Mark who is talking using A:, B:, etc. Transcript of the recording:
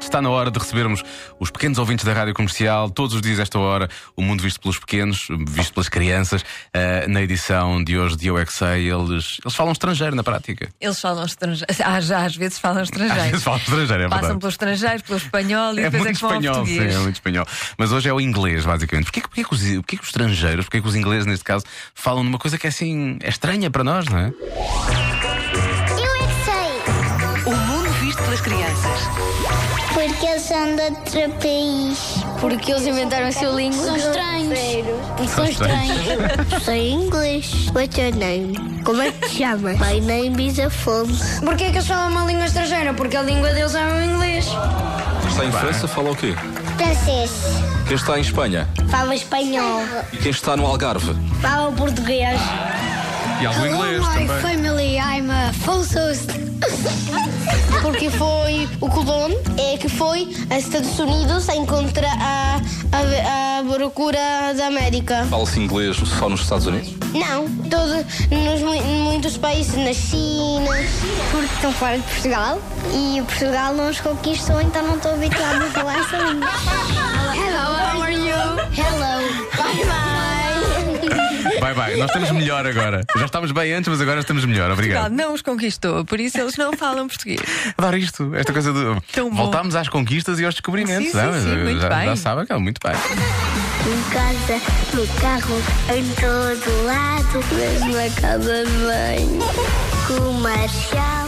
A: Está na hora de recebermos os pequenos ouvintes da Rádio Comercial, todos os dias esta hora, o mundo visto pelos pequenos, visto pelas crianças. Ah, na edição de hoje de Eu é Que Sei, eles, eles falam estrangeiro na prática.
B: Eles falam estrangeiro. Ah, já, às vezes falam estrangeiro.
A: Às vezes falam estrangeiro, é
B: Passam
A: verdade.
B: pelo estrangeiro, pelo espanhol e
A: É
B: depois
A: muito
B: é que falam
A: espanhol, sim,
B: português.
A: é muito espanhol. Mas hoje é o inglês, basicamente. Porquê, que- porquê, que, os, porquê que os estrangeiros, porquê que os ingleses, neste caso, falam numa coisa que é assim, é estranha para nós, não é?
C: Eu é que sei,
D: O mundo visto pelas crianças.
C: porque eles são de outro país.
E: Porque eles inventaram a sua língua.
C: São estranhos.
E: Porque
A: São estranhos.
C: Sei inglês. What's your name? Como é que te chama? My name is Afonso.
E: Porquê que eles falam uma língua estrangeira? Porque a língua deles é o inglês.
F: Está em França, fala o quê?
C: Francês.
F: Quem está em Espanha?
C: Fala espanhol.
F: E quem está no Algarve?
C: Fala português.
A: E algo inglês também.
E: family, I'm Afonso.
C: Porque foi o Colón é, que foi aos Estados Unidos a encontrar a, a, a procura da América.
F: Fala-se inglês só nos Estados Unidos?
C: Não, todo, nos mu- muitos países, na China. Porque estão fora de Portugal e Portugal não os conquistou, então não estou habituada a falar essa língua. Hello, how are you? Hello, bye bye.
A: Vai, vai, nós estamos melhor agora. Já estávamos bem antes, mas agora estamos melhor.
B: Portugal
A: Obrigado.
B: não os conquistou, por isso eles não falam português.
A: Adoro isto, esta coisa do.
B: Tão bom.
A: Voltámos às conquistas e aos descobrimentos.
B: Sim, sim,
A: não é?
B: sim,
A: já,
B: muito
A: já
B: bem.
A: sabe, que é muito bem.
C: Em casa, no carro, em todo lado, mesmo na casa de banho, com o Marcial.